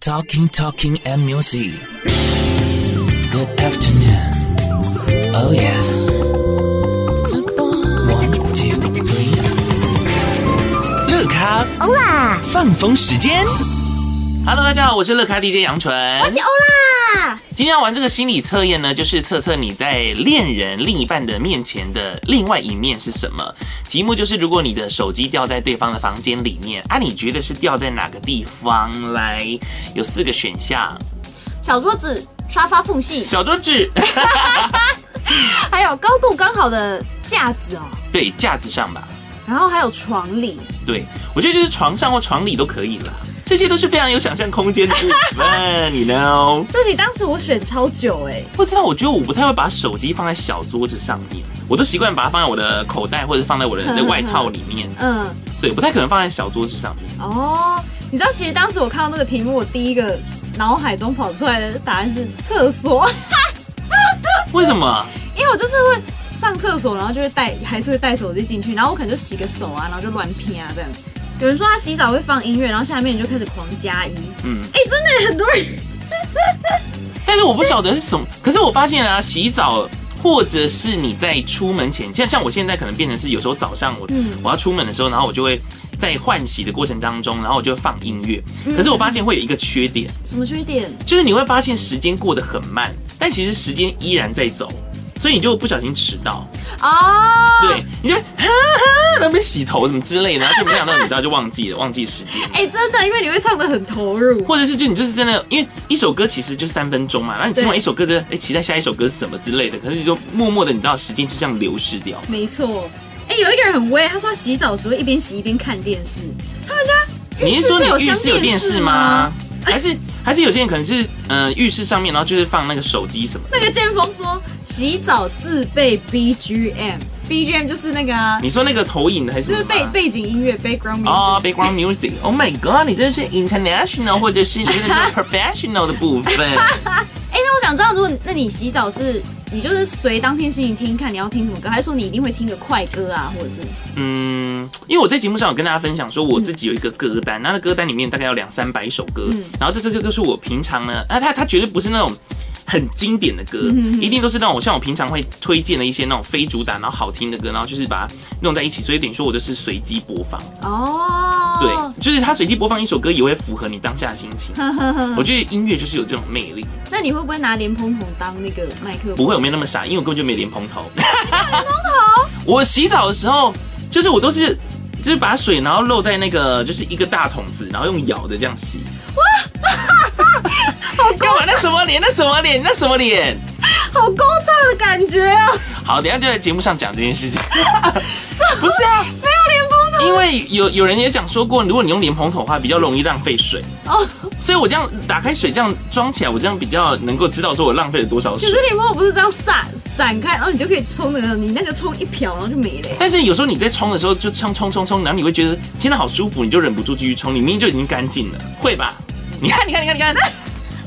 Talking, talking and music. Good afternoon. Oh yeah. 直播 one two three. 乐咖欧啦，放风时间。Hello，大家好，我是乐咖 DJ 杨纯。我是欧啦，今天要玩这个心理测验呢，就是测测你在恋人另一半的面前的另外一面是什么。题目就是，如果你的手机掉在对方的房间里面，啊，你觉得是掉在哪个地方？来，有四个选项：小桌子、沙发缝隙，小桌子，还有高度刚好的架子哦， 对，架子上吧。然后还有床里，对，我觉得就是床上或床里都可以了。这些都是非常有想象空间的部分， 你 know。这题当时我选超久哎，不知道，我觉得我不太会把手机放在小桌子上面，我都习惯把它放在我的口袋或者放在我的那外套里面。嗯，对，不太可能放在小桌子上面。哦，你知道其实当时我看到这个题目，我第一个脑海中跑出来的答案是厕 所，为什么？因为我就是会。上厕所，然后就会带，还是会带手机进去，然后我可能就洗个手啊，然后就乱拼啊这样。有人说他洗澡会放音乐，然后下面你就开始狂加一。嗯，哎、真的很多人但是我不晓得是什么。可是我发现啊，洗澡或者是你在出门前，像像我现在可能变成是有时候早上我、嗯我要出门的时候，然后我就会在换洗的过程当中，然后我就会放音乐。可是我发现会有一个缺点，什么缺点？就是你会发现时间过得很慢，但其实时间依然在走，所以你就不小心迟到。哦，对，你 就哈哈，那边洗头什么之类的，然后就没想到你知道就忘记了，忘记时间。哎、真的，因为你会唱的很投入。或者是就你就是真的，因为一首歌其实就三分钟嘛，然后你听完一首歌就哎、期待下一首歌是什么之类的，可是你就默默的你知道时间就这样流逝掉。没错，哎、有一个人很威，他说他洗澡的时候一边洗一边看电视。他们家你是说浴你浴室有镶有电视视吗？？还是还是有些人可能是呃浴室上面，然后就是放那个手机什么的？那个剑锋说洗澡自备 BGM，BGM 就是那个、啊，你说那个投影的还是就什是么吗背背景音乐 background music。哦、b a c k g r o u n d music，Oh my God，你真的是 international 或者是你真的是 professional 的部分。哎、那我想知道，如果那你洗澡是你就是随当天心情听，看你要听什么歌，还是说你一定会听个快歌啊，或者是嗯，因为我在节目上有跟大家分享说，我自己有一个歌单，那那歌单里面大概有两三百首歌，嗯然后这这这就是我平常呢，啊，它它绝对不是那种。很经典的歌，嗯一定都是那种像我平常会推荐的一些那种非主打，然后好听的歌，然后就是把它弄在一起，所以等于说我就是随机播放，哦，对，就是它随机播放一首歌也会符合你当下的心 情。我觉得音乐就是有这种魅力，那你会不会拿莲蓬头当那个麦克风？不会，我没那么傻，因为我根本就没莲蓬头。莲蓬头？ 我洗澡的时候，就是我都是。就是把水，然后漏在那个，就是一个大桶子，然后用舀的这样洗。 哇，干嘛？那什么脸？那什么脸？那什么脸？好高炸的感觉啊！好，等一下就在节目上讲这件事情。不是啊，没有莲蓬头因为有有人也讲说过，如果你用莲蓬头的话，比较容易浪费水。哦，所以我这样打开水，这样装起来，我这样比较能够知道说我浪费了多少可水是。莲蓬头不是这样散散开，然后你就可以冲那个，你那个冲一瓢，然后就没了欸、但是有时候你在冲的时候就冲冲冲冲，然后你会觉得天哪好舒服，你就忍不住继续冲，你明明就已经干净了，会吧？ 你看，你看，你看，你 看，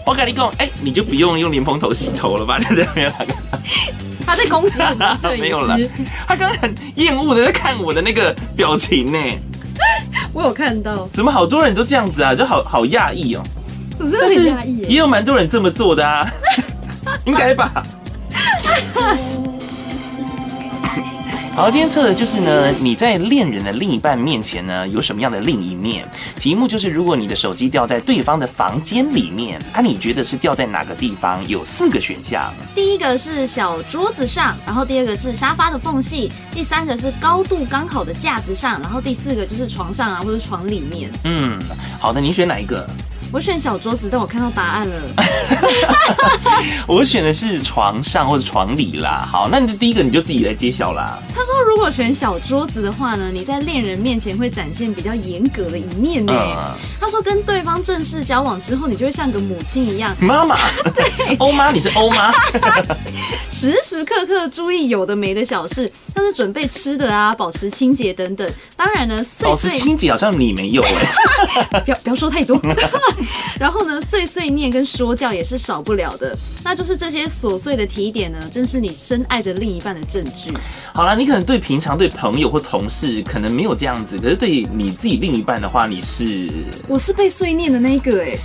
我跟你讲，哎、你就不用用莲蓬头洗头了吧？ 对不对？他在攻击我们的摄 没有啦影师，他刚刚很厌恶的在看我的那个表情呢，我有看到，怎么好多人都这样子啊？就好好讶异哦。我真的很压抑也耶。有蛮多人这么做的啊， 应该吧。好，今天测的就是呢，你在恋人的另一半面前呢，有什么样的另一面？题目就是，如果你的手机掉在对方的房间里面，啊，你觉得是掉在哪个地方？有四个选项。第一个是小桌子上，然后第二个是沙发的缝隙，第三个是高度刚好的架子上，然后第四个就是床上啊或者床里面。嗯，好的，你选哪一个？我选小桌子，但我看到答 案了。我选的是床上或者床里啦。好，那你的第一个你就自己来揭晓啦。他说，如果选小桌子的话呢，你在恋人面前会展现比较严格的一面呢。嗯，他说，跟对方正式交往之后，你就会像个母亲一样，妈妈， 欧妈，你是欧 妈。时时刻刻注意有的没的小事，像是准备吃的啊，保持清洁等等。当然呢，碎保持碎清洁好像你没有哎、 不要不要说太多。 然后呢，碎碎念跟说教也是少不了的。那就是这些琐碎的提点呢，正是你深爱着另一半的证据。好啦，你可能对平常对朋友或同事可能没有这样子，可是对你自己另一半的话，你是我是被碎念的那一个哎、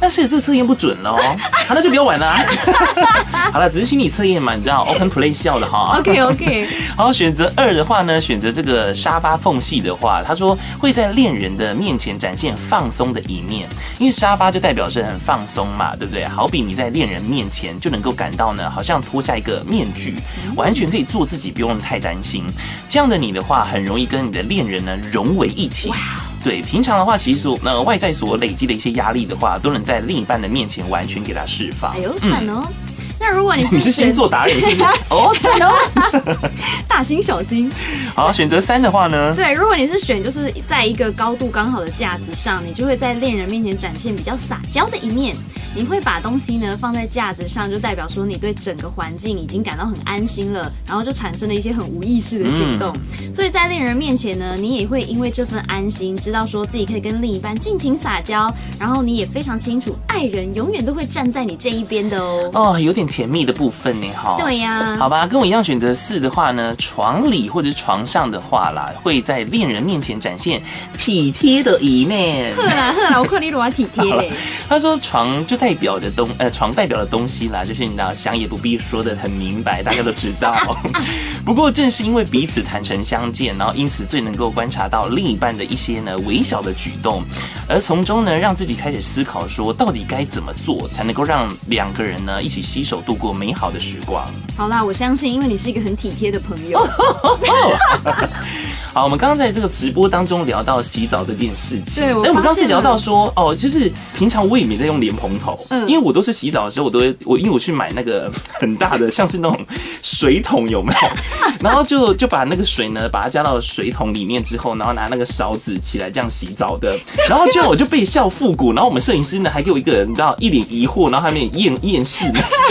但是这测验不准喽，啊，那就不要玩啦。 好了，只是心理测验嘛，你知道，open play 笑的哈。 OK OK，好，选择二的话呢，选择这个沙发缝隙的话，他说会在恋人的面前展现放松的一面，因为沙发就代表是很放松嘛，对不对？好比你在恋人面前就能够感到呢，好像脱下一个面具，嗯完全可以做自己，不用太担心。这样的你的话，很容易跟你的恋人呢融为一体。对，平常的话，其实所呃外在所累积的一些压力的话，都能在另一半的面前完全给他释放哎。呦，赞哦。那如果你是你是星选座达人是不 是？哦，赞哦。大心小心，好，选择三的话呢？对，如果你是选就是在一个高度刚好的架子上，你就会在恋人面前展现比较撒娇的一面。你会把东西呢放在架子上，就代表说你对整个环境已经感到很安心了，然后就产生了一些很无意识的行动。所以在恋人面前呢，你也会因为这份安心，知道说自己可以跟另一半尽情撒娇，然后你也非常清楚，爱人永远都会站在你这一边的哦。哦，有点甜蜜的部分呢，哈。对呀、哦 好吧，跟我一样选择四的话呢，床里或者床上的话啦，会在恋人面前展现体贴的一 面。呵啦呵啦，我看你多体贴嘞。他说床就代表着东，呃，床代表的东西啦，就是你知道，想也不必说的很明白，大家都知 道。不过正是因为彼此坦诚相见，然后因此最能够观察到另一半的一些呢微小的举动，而从中呢让自己开始思考说，到底该怎么做才能够让两个人呢一起携手度过美好的时光。好啦，我相信，因为你是一个很体贴的朋友。好，我们刚刚在这个直播当中聊到洗澡这件事情，哎对我但我们发刚刚是现聊了到说，哦，就是平常我也没在用莲蓬头，嗯因为我都是洗澡的时候，我都会我因为我去买那个很大的，像是那种水桶有没 有？然后就就把那个水呢，把它加到水桶里面之后，然后拿那个勺子起来这样洗澡的，然后就我就被笑复古，然后我们摄影师呢还给我一个你知道一脸疑惑，然后还有点厌厌世、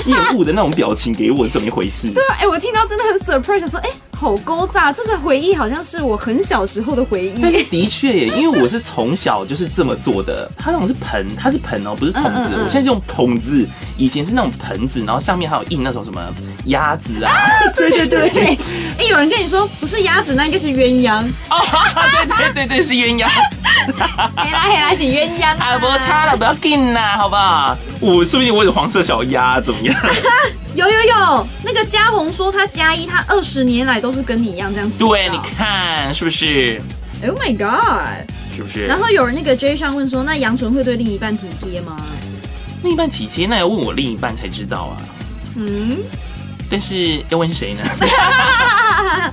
厌恶的那种表情给我，怎么一回事？ 对啊，哎、我听到真的很 surprise，想说哎、好勾炸，这个回忆好像是我很小时候的回忆。但是的确耶，因为我是从小就是这么做的。它那种是盆，它是盆哦，不是桶嗯子。嗯嗯我现在是用桶子，以前是那种盆子，然后上面还有印那种什么鸭子啊， 对对对， 对，哎、有人跟你说不是鸭子，那应该是鸳鸯。啊，对对对对，是鸳鸯。黑啦黑啦，是鸳鸯啊啊，不差了，不要进啦，好不好？我说不定我有黄色小鸭，怎么样？啊有有有，那个嘉宏说他加一，他二十年来都是啊跟你一样这样洗澡。对，你看是不是？哎，Oh my god！是不是？然后有人那个 J 上问说，那杨纯会对另一半体贴吗？另一半体贴，那要问我另一半才知道啊。嗯，但是要问谁呢？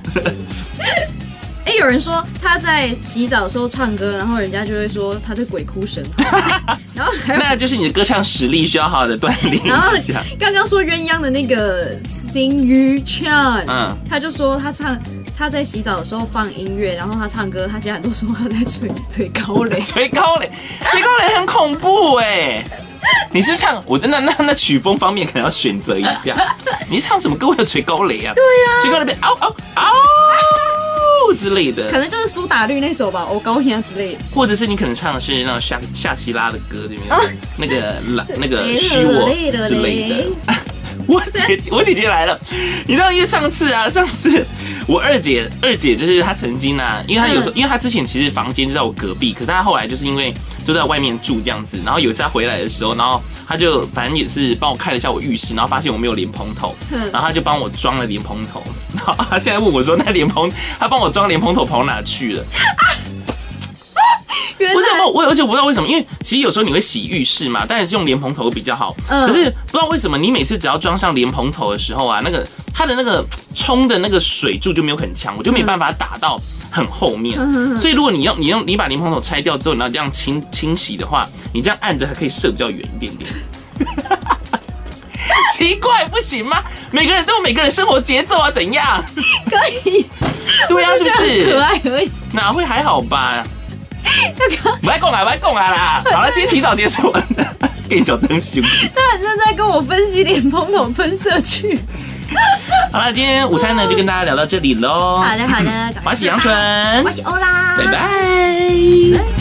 哎、有人说他在洗澡的时候唱歌，然后人家就会说他在鬼哭 神嚎，然后还有那就是你的歌唱实力需要好好的锻炼然后一下。刚刚说鸳鸯的那个 Sing Yu Chan，嗯。他就说他唱他在洗澡的时候放音乐，然后他唱歌，他家人都说他在吹吹高 嘞吹高嘞，吹高嘞很恐怖哎、你是唱我的那那那曲风方面可能要选择一下，你是唱什么歌会有吹高雷啊？对呀、吹高雷被嗷嗷嗷之类可的，能就是苏打绿那首吧，《我高呀》之类的。或者是你可能唱的是那种夏夏奇拉的歌，这边、那个啦那个累了虚我累了之类的 累。我姐，我姐姐来了。你知道，因为上次啊，上次我二姐，二姐就是她曾经啊，因为她有时候，因为她之前其实房间就在我隔壁，可是她后来就是因为都在外面住这样子，然后有一次她回来的时候，然后她就反正也是帮我看了一下我浴室，然后发现我没有莲蓬头，嗯然后她就帮我装了莲蓬头，然后她现在问我说，那莲蓬，她帮我装莲蓬头跑哪去了？原不是哦来我，我而且我不知道为什么，因为其实有时候你会洗浴室嘛，当然是用莲蓬头比较好。嗯可是不知道为什么，你每次只要装上莲蓬头的时候啊，那个它的那个冲的那个水柱就没有很强，我就嗯没办法打到很后面。所以如果你用你用你把莲蓬头拆掉之后，然后这样清清洗的话，你这样按着还可以射比较远一点点。 奇怪，不行吗？每个人都有每个人生活节奏啊，怎 样？可以，对 啊，是不就觉得很可是？爱而已。哪会还好吧？那个不爱供啊，不爱供啊啦！好了，今天提早结束 了，给你小灯兄他很认真在跟我分析脸蓬头喷射去。好了，今天午餐呢就跟大家聊到这里喽。好的好的，赶快我是吃杨吧纯我，是欧啦，拜拜。